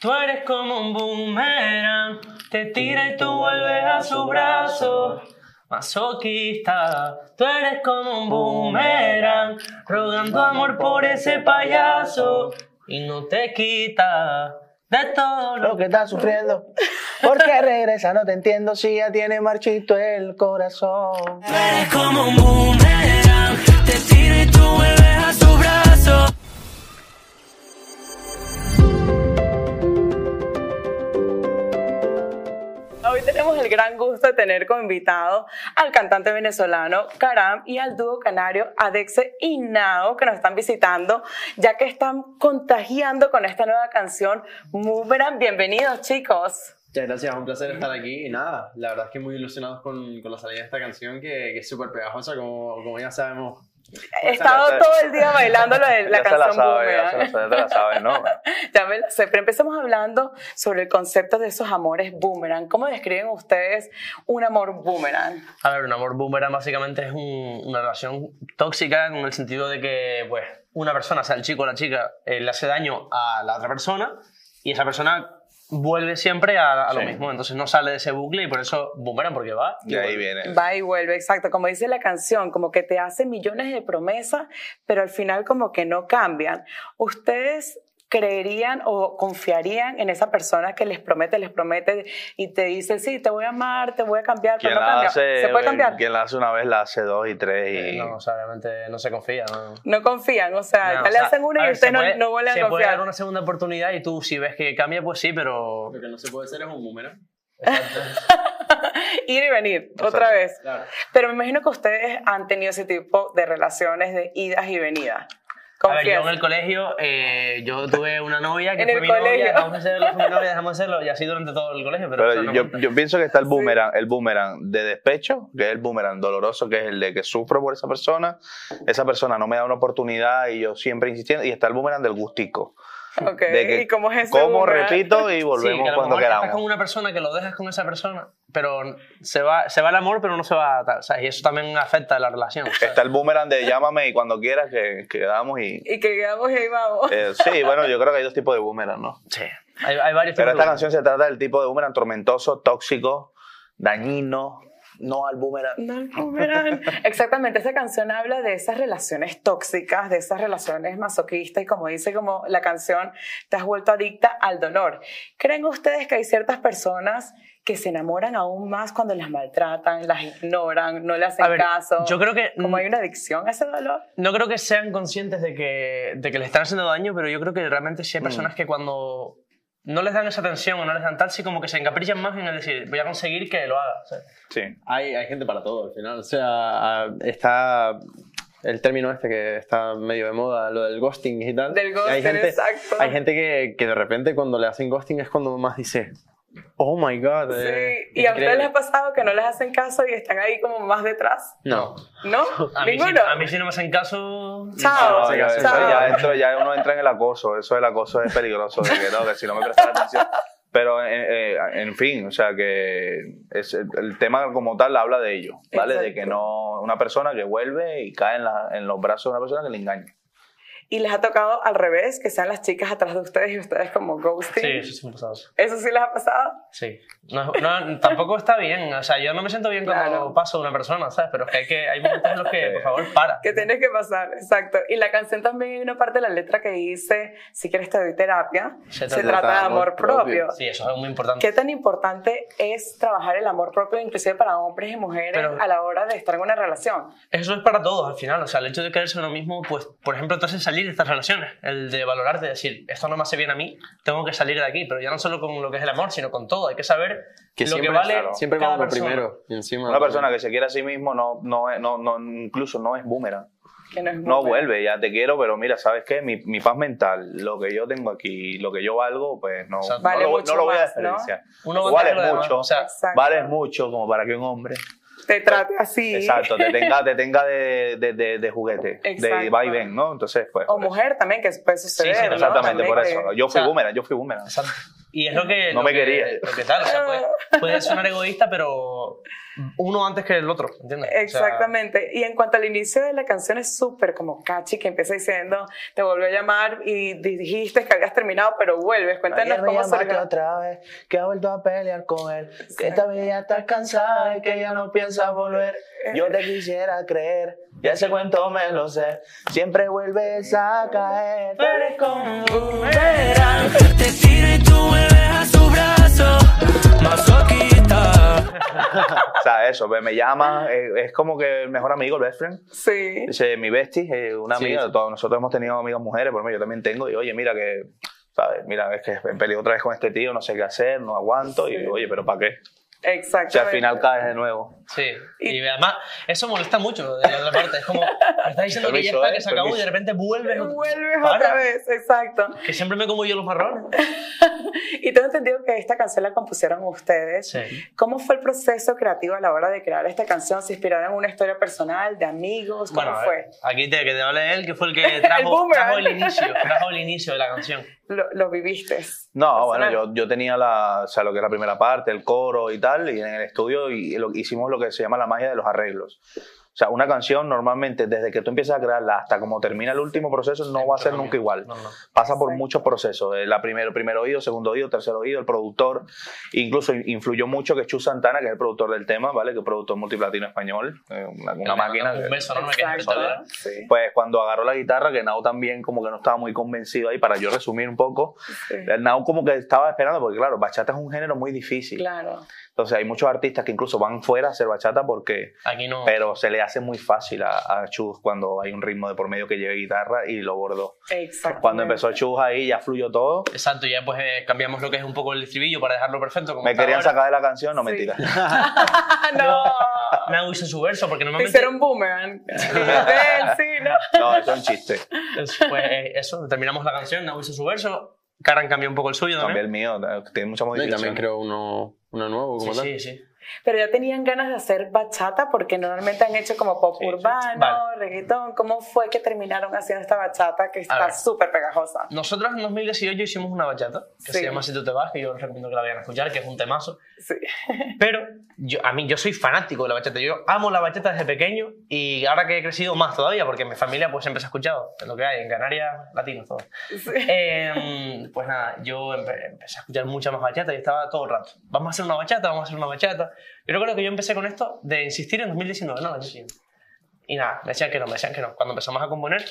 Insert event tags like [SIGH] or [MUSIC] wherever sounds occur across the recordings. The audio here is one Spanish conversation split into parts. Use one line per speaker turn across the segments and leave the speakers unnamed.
Tú eres como un boomerang, te tira y tú vuelves a su brazo. Masoquista, tú eres como un boomerang, rogando amor por ese payaso. Y no te quita de todo
Lo
lo que...
que estás sufriendo. Porque regresa, no te entiendo si ya tiene marchito el corazón.
Tú eres como un boomerang, te tira y tú vuelves a su brazo.
Hoy tenemos el gran gusto de tener como invitado al cantante venezolano Karam y al dúo canario Adexe y Nao que nos están visitando, ya que están contagiando con esta nueva canción Boomerang. Bienvenidos, chicos.
Muchas gracias, un placer estar aquí y nada, la verdad es que muy ilusionados con, con la salida de esta canción que, que es súper pegajosa, como, como ya sabemos.
He estado
la-
todo el día bailando lo de la
[LAUGHS] ya se
canción
la sabe, ya se
Boomerang.
la sabe, ya te la sabes, ¿no?
[LAUGHS] Ya me la sé, pero empecemos hablando sobre el concepto de esos amores boomerang. ¿Cómo describen ustedes un amor boomerang?
A ver, un amor boomerang básicamente es un- una relación tóxica en el sentido de que, pues, una persona, sea el chico o la chica, eh, le hace daño a la otra persona y esa persona vuelve siempre a, a lo
Sí.
mismo. Entonces no sale de ese bucle y por eso boomerang, porque va.
De ahí viene.
Va y vuelve, exacto, como dice la canción, como que te hace millones de promesas, pero al final como que no cambian. ¿Ustedes creerían o confiarían en esa persona que les promete, les promete y te dice, sí, te voy a amar, te voy a cambiar,
Quien
pero no
la,
cambia?
hace,
¿Se puede cambiar?
quien la hace una vez, la hace dos y tres
Eh,
y...
no, o sea, obviamente no se confía. No.
No confían, o sea,
No,
ya
o
le
sea,
hacen
a
una y
ver,
ustedes
se
no,
puede-
no vuelven
Se
a
puede dar
confiar.
una segunda oportunidad y tú, si ves que cambia, pues sí, pero.
Lo que no se puede hacer es un boomerang.
Ir y venir, otra
Exacto.
vez.
Claro.
Pero me imagino que ustedes han tenido ese tipo de relaciones de idas y venidas.
A ver, yo
Confieso.
en el colegio, eh, yo tuve una novia que
En
fue
el
mi
colegio.
novia, dejamos de serlo, fue mi novia, dejamos de serlo, y así durante todo el colegio. Pero,
Pero
eso no
yo,
cuenta.
yo pienso que está el boomerang, el boomerang de despecho, que es el boomerang doloroso, que es el de que sufro por esa persona, esa persona no me da una oportunidad y yo siempre insistiendo, y está el boomerang del gustico,
Ok,
de que
¿Y cómo es ese
como
boomerang?
repito y
Sí,
volvemos
que a lo
cuando
mejor estás con
queramos.
una persona que lo dejas con esa persona, pero se va, se va el amor, pero no se va tal, ¿sabes? Y eso también afecta a la relación. ¿sabes?
Está el boomerang de llámame y cuando quieras que quedamos y...
Y que quedamos y ahí vamos.
eh, sí, bueno, yo creo que hay dos tipos de boomerang, ¿no?
Sí, hay, hay varios
Pero
tipos
esta
de-
canción se trata del tipo de boomerang tormentoso, tóxico, dañino, no al boomerang.
No, el boomerang. [LAUGHS] Exactamente, esta canción habla de esas relaciones tóxicas, de esas relaciones masoquistas y como dice como la canción, te has vuelto adicta al dolor. ¿Creen ustedes que hay ciertas personas que se enamoran aún más cuando las maltratan, las ignoran, no le hacen
A ver,
caso?
yo creo que- mm.
Como hay una adicción a ese dolor.
No creo que sean conscientes de que, de que le están haciendo daño, pero yo creo que realmente
Mm.
sí hay personas que cuando no les dan esa atención o no les dan tal, sí como que se encaprillan más en el decir, voy a conseguir que lo haga. ¿sabes?
Sí.
Hay, hay gente para todo al final, o sea, ah, está el término este que está medio de moda, lo del ghosting y tal.
Del
Y
ghosting,
hay gente,
exacto.
Hay gente que, que de repente cuando le hacen ghosting es cuando más dice, oh my god. eh,
sí, y a ustedes
increíble".
les ha pasado que no les hacen caso y están ahí como más detrás,
No,
¿no?
[LAUGHS] A mí, si,
Ninguno.
a mí si no me hacen caso...
Chao,
No, ya,
Ah, sí,
eso-
chao.
ya esto- ya uno entra en el acoso, eso del acoso es peligroso, de que no, que si no me prestas atención. Pero, eh, eh, en fin, o sea, que es- el tema como tal habla de ello, ¿vale? De que no, una persona que vuelve y cae en, la- en los brazos de una persona que le engaña.
Ah,
Y les ha tocado al revés, que sean las chicas atrás de ustedes y ustedes como ghosting.
Sí, eso sí me ha pasado.
¿Eso sí les ha pasado?
Sí. No, no, tampoco está bien. O sea, yo no me siento bien
Claro.
cuando paso de una persona, ¿sabes? Pero es que hay, que, hay momentos en los que, por favor, para.
Que tienes que pasar, exacto. Y la canción también hay una parte de la letra que dice, si quieres te doy terapia, se, trata de amor propio.
Sí, eso es muy importante.
¿Qué tan importante es trabajar el amor propio, inclusive para hombres y mujeres,
Pero-
a la hora de estar en una relación?
Eso es para todos al final. O sea, el hecho de quererse uno mismo, pues, por ejemplo, te hace salir de estas relaciones. El de valorarte, decir, esto no me hace bien a mí, tengo que salir de aquí. Pero ya no solo con lo que es el amor, sino con todo. Hay que saber
que
lo
siempre,
que vale.
claro, siempre
cada
va uno
persona.
primero. y encima
Una persona que se quiere a sí mismo no, no, es- no, no, incluso no es boomerang.
Que no, es
No
mujer.
vuelve, ya te quiero, pero mira, ¿sabes qué? Mi, mi paz mental, lo que yo tengo aquí, lo que yo valgo, pues no,
Exacto.
no
Vale
lo, no
mucho
lo voy a
más, ¿no?
desperdiciar.
Uno va a
vales
tener lo demás.
mucho,
O sea,
Exacto.
vales mucho como para que un hombre,
Te trate así.
exacto, te tenga, te tenga de, de, de, de juguete, de
Exacto.
va y ven, ¿no? Entonces, pues.
O
por eso.
mujer también, que puede suceder.
Sí, sí,
¿no?
Exactamente,
También
por
que-
eso. Yo fui
o sea,
boomerang, yo fui boomerang.
exacto. Y es lo que...
No
lo
me
que-
quería.
Lo que tal, o sea, puede, puede sonar egoísta, pero uno antes que el otro, ¿entiendes? O sea,
Exactamente. y en cuanto al inicio de la canción es súper como catchy que empieza diciendo, te volvió a llamar y dijiste que habías terminado, pero vuelves. Cuéntanos
Ayer me
cómo se
llamaste
organizó.
otra vez, que ha vuelto a pelear con él, que esta vez ya estás cansada y que ya no piensas volver. Yo te quisiera creer, ya ese cuento me lo sé, siempre vuelves a caer.
eres como un boomerang. Te tiro y tú vuelves a su brazo. Masoquista.
O sea, eso, me llama, eh, es como que el mejor amigo, el best friend.
Sí.
Dice, mi bestie, eh, una
Sí,
amiga,
sí.
todos nosotros hemos tenido amigas mujeres, por mí yo también tengo, y oye, mira que, ¿sabes? Mira, es que en peligro otra vez con este tío, no sé qué hacer, no aguanto,
Sí.
y oye, pero ¿para qué?
Exactamente.
O sea, al final caes de nuevo.
Sí, y además eso molesta mucho de la otra parte. Es como, me estás diciendo que ya
Permiso,
está,
eh,
que se acabó y de
permiso.
repente vuelves.
Vuelves
Para,
otra vez, exacto.
Que siempre me como yo los marrones.
Y tengo entendido que esta canción la compusieron ustedes.
Sí.
¿Cómo fue el proceso creativo a la hora de crear esta canción? ¿Se inspiraron en una historia personal, de amigos? ¿Cómo
Bueno, a ver,
fue?
aquí te, que te hable él, que fue el
[LAUGHS]
que trajo,
boomerang.
trajo el inicio, trajo el inicio de la canción.
Lo, lo viviste. Personal.
No, bueno, yo, yo tenía la, o sea, lo que es la primera parte, el coro y tal, y en el estudio y lo, hicimos lo que se llama la magia de los arreglos. O sea, una canción normalmente, desde que tú empiezas a crearla hasta como termina el último proceso, no va a ser nunca igual.
No, no.
pasa por
Exacto.
muchos procesos. eh, La primero, primer oído, segundo oído, tercer oído, el productor. Incluso in- influyó mucho que Chu Santana, que es el productor del tema, ¿vale? Que es productor multiplatino español, eh, una, una máquina.
Un
que-
beso enorme que es
Exacto.
espectacular.
Sí,
pues cuando agarró la guitarra, que Nau también como que no estaba muy convencido ahí, para yo resumir un poco,
sí.
el Nau como que estaba esperando, porque claro, bachata es un género muy difícil.
Claro.
Entonces hay muchos artistas que incluso van fuera a hacer bachata porque,
Aquí no.
pero se le hace muy fácil a, a Chu cuando hay un ritmo de por medio que lleve guitarra y lo bordó.
Exacto.
Cuando empezó Chu ahí ya fluyó todo.
Exacto, ya pues eh, cambiamos lo que es un poco el estribillo para dejarlo perfecto. Como
Me
está
querían
ahora.
sacar de la canción, no mentira.
[LAUGHS] Ah, no.
Nau hizo su verso porque
Te
normalmente.
hicieron boomerang. [LAUGHS] sí, ¿no?
No, eso es un chiste.
Pues eh, eso, terminamos la canción, Nau hizo su verso. Karan cambió un poco el suyo
Cambié
también.
el mío, tiene mucha
No, y
modificación.
también creo uno, uno nuevo como
Sí, sí,
tal.
sí.
Pero ya tenían ganas de hacer bachata porque normalmente han hecho como pop
Sí, sí.
urbano,
Vale.
reggaetón. ¿Cómo fue que terminaron haciendo esta bachata que está
ver.
súper pegajosa?
Nosotros en 2018 hicimos una bachata que
Sí.
se llama Si tú te vas, que yo les recomiendo que la vayan a escuchar, que es un temazo. [LAUGHS]
Sí.
Pero yo, a mí, yo soy fanático de la bachata. Yo amo la bachata desde pequeño y ahora que he crecido más todavía, porque en mi familia pues siempre se ha escuchado lo que hay en Canarias, latinos todos.
sí.
Eh, pues nada, yo empe- empecé a escuchar mucha más bachata y estaba todo el rato. Vamos a hacer una bachata, vamos a hacer una bachata. Yo recuerdo que yo empecé con esto de insistir en 2019, no, el año siguiente. Y nada, me decían que no, me decían que no. Cuando empezamos a componer,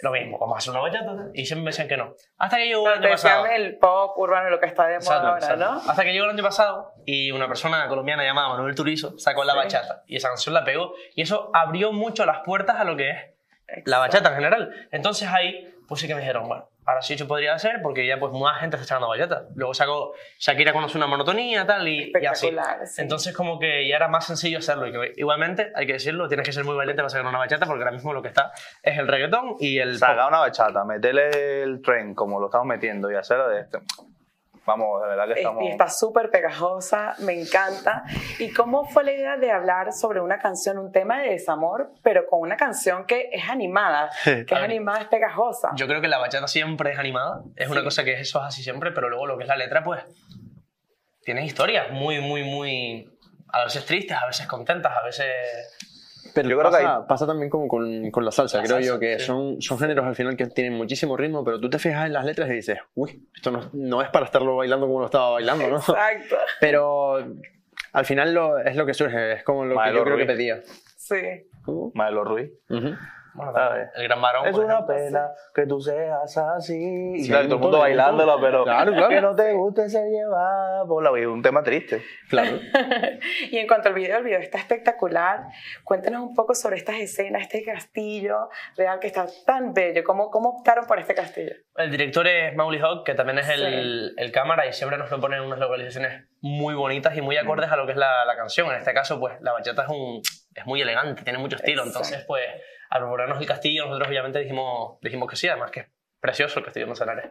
lo mismo, vamos a hacer una bachata y siempre me decían que no. Hasta que llegó el
Pero te
año pasado.
decían el pop urbano, lo que está de moda
Exacto,
ahora,
exacto.
¿no?
Hasta que llegó el año pasado y una persona colombiana llamada Manuel Turizo sacó la
Sí.
bachata y esa canción la pegó y eso abrió mucho las puertas a lo que es la bachata en general. Entonces ahí, pues sí que me dijeron, bueno, ahora sí se podría hacer porque ya pues más gente está echando bachata. Luego sacó Shakira conoce una monotonía, tal, y, y así.
Espectacular, sí.
Entonces como que ya era más sencillo hacerlo. Y que, igualmente, hay que decirlo, tienes que ser muy valiente para sacar una bachata porque ahora mismo lo que está es el reggaetón y el...
Saca
pop.
una bachata, metele el tren como lo estamos metiendo y hacerlo de este. Vamos, de verdad que
Es-
estamos.
Y está súper pegajosa, me encanta. ¿Y cómo fue la idea de hablar sobre una canción, un tema de desamor, pero con una canción que es
[LAUGHS]
animada? Que es
ver.
animada, es pegajosa.
Yo creo que la bachata siempre es animada. Es una cosa que eso es así siempre, pero luego lo que es la letra, pues. Tienes historias muy, muy, muy. A veces tristes, a veces contentas, a veces.
Pero
Yo creo
pasa,
que hay-
pasa también como con, con la salsa,
La
creo
salsa,
yo, que
sí.
son, son géneros al final que tienen muchísimo ritmo, pero tú te fijas en las letras y dices, uy, esto no, no es para estarlo bailando como lo estaba bailando, ¿no?
Exacto.
Pero al final lo, es lo que surge, es como lo que
Maelo
yo creo que
Ruiz.
pedía.
Sí.
Uh.
Maelo Ruiz.
Ujú.
Bueno,
¿Sabes?
el gran varón.
Es
por
una
ejemplo.
pena que tú seas así.
Y claro, todo el mundo bailándolo, pero.
Claro,
Que
claro.
no te guste ser llevada por
Hola, vi un tema triste.
claro.
[LAUGHS] Y en cuanto al video, el video está espectacular. Cuéntanos un poco sobre estas escenas, este castillo real que está tan bello. ¿Cómo, cómo optaron por este castillo?
El director es Mauli Hawk, que también es el, el cámara y siempre nos proponen unas localizaciones muy bonitas y muy acordes a lo que es la, la canción. En este caso, pues la bachata es, un, es muy elegante, tiene mucho estilo.
Exacto.
Entonces, pues al proponernos el castillo, nosotros obviamente dijimos, dijimos que sí, además que es precioso el castillo de Manzanares,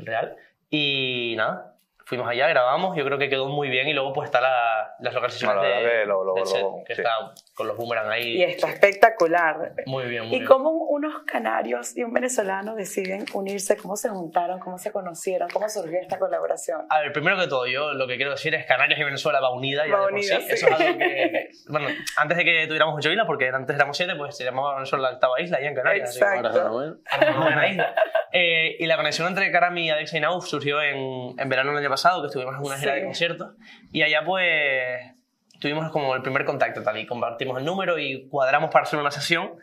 el real. Y nada, Fuimos allá, grabamos, yo creo que quedó muy bien y luego pues está la, las localizaciones
No, la
de,
verdad que lo- lo-
del
lo-
set,
lo-
que
sí.
está con los boomerang ahí.
Y está espectacular.
Muy bien, muy
¿Y
bien.
cómo unos canarios y un venezolano deciden unirse? ¿Cómo se juntaron? ¿Cómo se conocieron? ¿Cómo surgió esta colaboración?
A ver, primero que todo, yo lo que quiero decir es Canarias y Venezuela va unida. Ya
Va
de por
unida, sí.
Eso es algo que, bueno, antes de que tuviéramos ocho islas, porque antes éramos siete, pues se llamaba Venezuela la octava isla y en Canarias. así que
Exacto.
Ahora es Manuel.
Una buena isla. Eh, y la conexión entre Karami y Adexa y Nauf surgió en, en verano del año pasado, que estuvimos en una gira
Sí.
de conciertos. Y allá, pues, tuvimos como el primer contacto, tal. Y compartimos el número y cuadramos para hacer una sesión.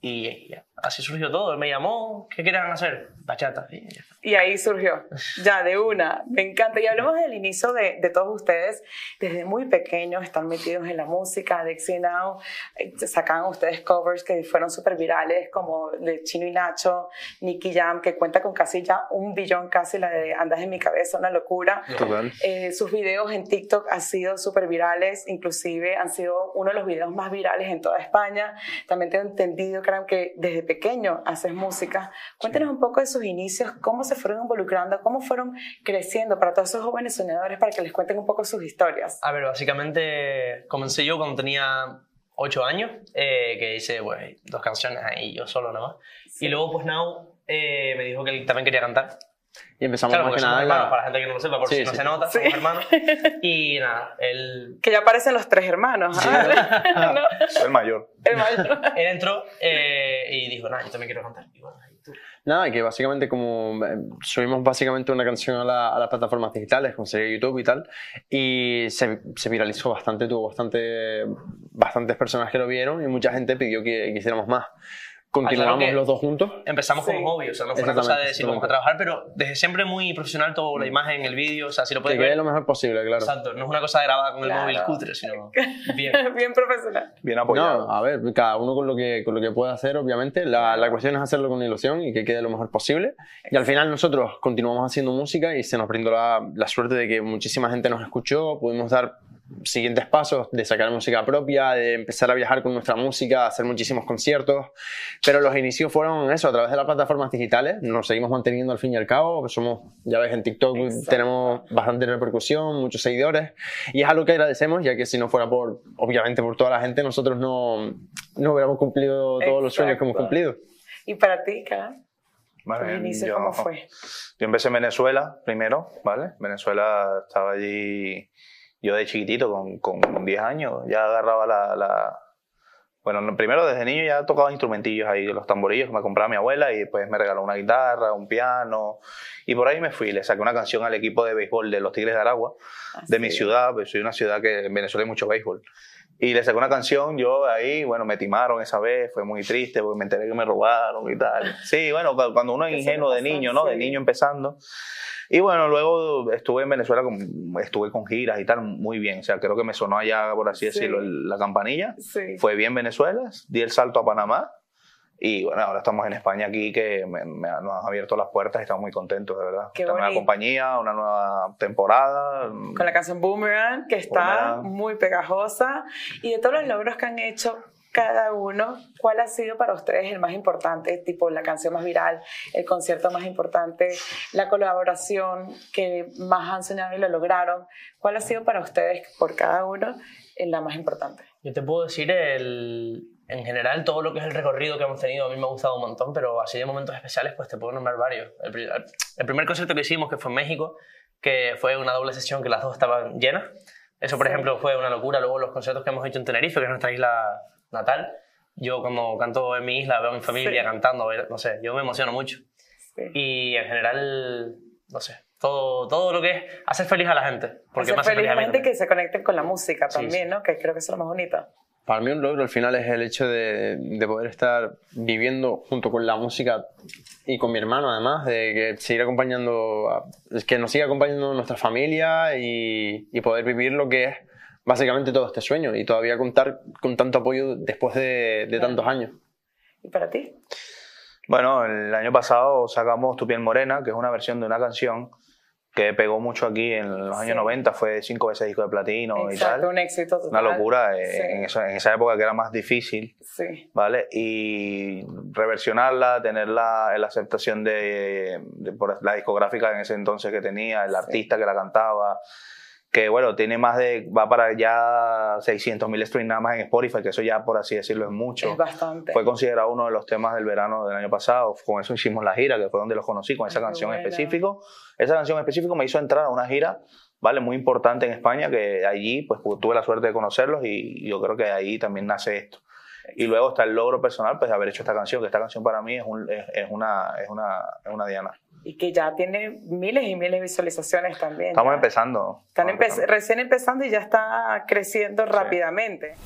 Y, eh, así surgió todo. Él me llamó, ¿qué querían hacer? Bachata. Y ya está.
Y ahí surgió, ya de una, me encanta. Y hablemos del inicio de, de todos ustedes, desde muy pequeños están metidos en la música, Dixie Now, eh, sacan ustedes covers que fueron súper virales, como de Chino y Nacho, Nicky Jam, que cuenta con casi ya un billón, casi la de Andas en mi cabeza, una locura.
Total.
Eh, sus videos en TikTok han sido súper virales, inclusive han sido uno de los videos más virales en toda España. También tengo entendido, Karam, que desde pequeño haces música. Cuéntanos un poco de sus inicios, cómo se fueron involucrando, cómo fueron creciendo para todos esos jóvenes soñadores, para que les cuenten un poco sus historias.
A ver, básicamente comencé yo cuando tenía ocho años, eh, que hice pues, dos canciones ahí yo solo nada más. Y luego, pues, Now eh, me dijo que él también quería cantar.
Y empezamos
Claro,
más
porque
que
somos
nada.
hermanos,
la-
para la gente que no lo sepa, por
Sí,
si no
sí.
se nota, somos
[LAUGHS]
hermanos. Y nada, él,
Que ya aparecen los tres hermanos. ¿ah? ¿No?
Soy el mayor.
El mayor.
él entró eh, y dijo, nada, yo también quiero cantar. Y bueno, ahí tú.
Nada, que básicamente como eh, subimos básicamente una canción a, la- a las plataformas digitales, como sería YouTube y tal, y se, se viralizó bastante, tuvo bastante, bastantes personas que lo vieron y mucha gente pidió que, que hiciéramos más. Continuamos
que-
los dos juntos.
Empezamos
Sí.
como hobby, o sea, no fue una cosa de
Exactamente,
decir vamos a
exactamente.
trabajar, pero desde siempre muy profesional todo, la imagen, el vídeo, o sea, si lo
Que
puedes
quede
ver,
lo mejor posible, claro.
exacto, no es una cosa grabada con
Claro.
el móvil cutre,
[LAUGHS]
sino bien.
[LAUGHS] Bien profesional.
Bien apoyado.
No, a ver, cada uno con lo que, con lo que pueda hacer, obviamente. La, la cuestión es hacerlo con ilusión y que quede lo mejor posible. Y al final nosotros continuamos haciendo música y se nos brindó la, la suerte de que muchísima gente nos escuchó, pudimos dar siguientes pasos de sacar música propia, de empezar a viajar con nuestra música, hacer muchísimos conciertos, pero los inicios fueron eso, a través de las plataformas digitales, nos seguimos manteniendo al fin y al cabo, somos, ya ves, en TikTok
Exacto.
tenemos bastante repercusión, muchos seguidores, y es algo que agradecemos, ya que si no fuera por, obviamente, por toda la gente, nosotros no, no hubiéramos cumplido todos los sueños que hemos
Exacto.
cumplido.
¿Y para ti, Karam?
Más
¿Tus
bien,
inicios
yo-
cómo fue?
Yo empecé en Venezuela primero, ¿vale? Venezuela estaba allí yo de chiquitito, con, con 10 años, ya agarraba la, la- Bueno, no, primero desde niño ya tocaba instrumentillos ahí, los tamborillos que me compraba mi abuela y después me regaló una guitarra, un piano y por ahí me fui. Le saqué una canción al equipo de béisbol de los Tigres de Aragua, de mi
Así.
ciudad, pues soy una ciudad que en Venezuela hay mucho béisbol. Y le saqué una canción, yo ahí, bueno, me timaron esa vez, fue muy triste porque me enteré que me robaron y
[LAUGHS]
tal. Sí, bueno, cu- cuando uno es
Que suele
ingenuo de
pasar,
niño, ¿no? De
sí.
niño empezando. Y bueno, luego estuve en Venezuela, con, estuve con giras y tal, muy bien. O sea, creo que me sonó allá, por así
Sí.
decirlo, el- la campanilla.
Sí.
Fue bien Venezuela, di el salto a Panamá. Y bueno, ahora estamos en España aquí, que me- me ha- nos han abierto las puertas y estamos muy contentos, de verdad.
Qué
Esta nueva
bonito.
compañía, una nueva temporada.
con la canción Boomerang, que está
Boomerang.
muy pegajosa. Y de todos los logros que han hecho cada uno, ¿cuál ha sido para ustedes el más importante? Tipo la canción más viral, el concierto más importante, la colaboración que más han soñado y lo lograron. ¿Cuál ha sido para ustedes, por cada uno, eh, la más importante?
Yo te puedo decir el, en general todo lo que es el recorrido que hemos tenido. A mí me ha gustado un montón, pero así de momentos especiales pues te puedo nombrar varios. El, pri- el primer concierto que hicimos, que fue en México, que fue una doble sesión que las dos estaban llenas. Eso, por
Sí.
ejemplo, fue una locura. Luego los conciertos que hemos hecho en Tenerife, que es nuestra isla natal. Yo cuando canto en mi isla, veo a mi familia
Sí.
cantando, a ver, no sé, yo me emociono mucho.
Sí.
Y en general, no sé, todo, todo lo que es hacer feliz a la gente. Porque me
Hacer
hace
feliz a la gente
también.
que se conecten con la música
Sí,
también, ¿no? Que creo que eso es lo más bonito.
Para mí un logro al final es el hecho de, de poder estar viviendo junto con la música y con mi hermano además, de que seguir acompañando, a- es que nos siga acompañando nuestra familia y, y poder vivir lo que es básicamente todo este sueño y todavía contar con tanto apoyo después de, de tantos años.
¿Y para ti?
Bueno, el año pasado sacamos Tu piel morena, que es una versión de una canción que pegó mucho aquí en los
Sí.
años 90, fue cinco veces disco de platino y
Exacto,
tal.
un éxito total.
Una locura eh,
Sí.
en, esa, en esa época que era más difícil,
Sí,
¿vale? Y reversionarla, tener la, la aceptación de, de por la discográfica en ese entonces que tenía, el
Sí.
artista que la cantaba, que bueno, tiene más de, va para ya 600 mil streams nada más en Spotify, que eso ya por así decirlo es mucho.
es bastante.
Fue considerado uno de los temas del verano del año pasado. Con eso hicimos la gira, que fue donde los conocí, con
Ay,
esa
Ah, qué
canción en
buena.
específico. Esa canción en específico me hizo entrar a una gira, ¿vale? Muy importante en España, que allí pues pu- tuve la suerte de conocerlos y yo creo que ahí también nace esto. Y luego está el logro personal, pues de haber hecho esta canción, que esta canción para mí es, un- es, es una, es, una, es una diana.
Y que ya tiene miles y miles de visualizaciones también.
Estamos
ya.
empezando.
Están
Estamos
empe- recién empezando y ya está creciendo rápidamente.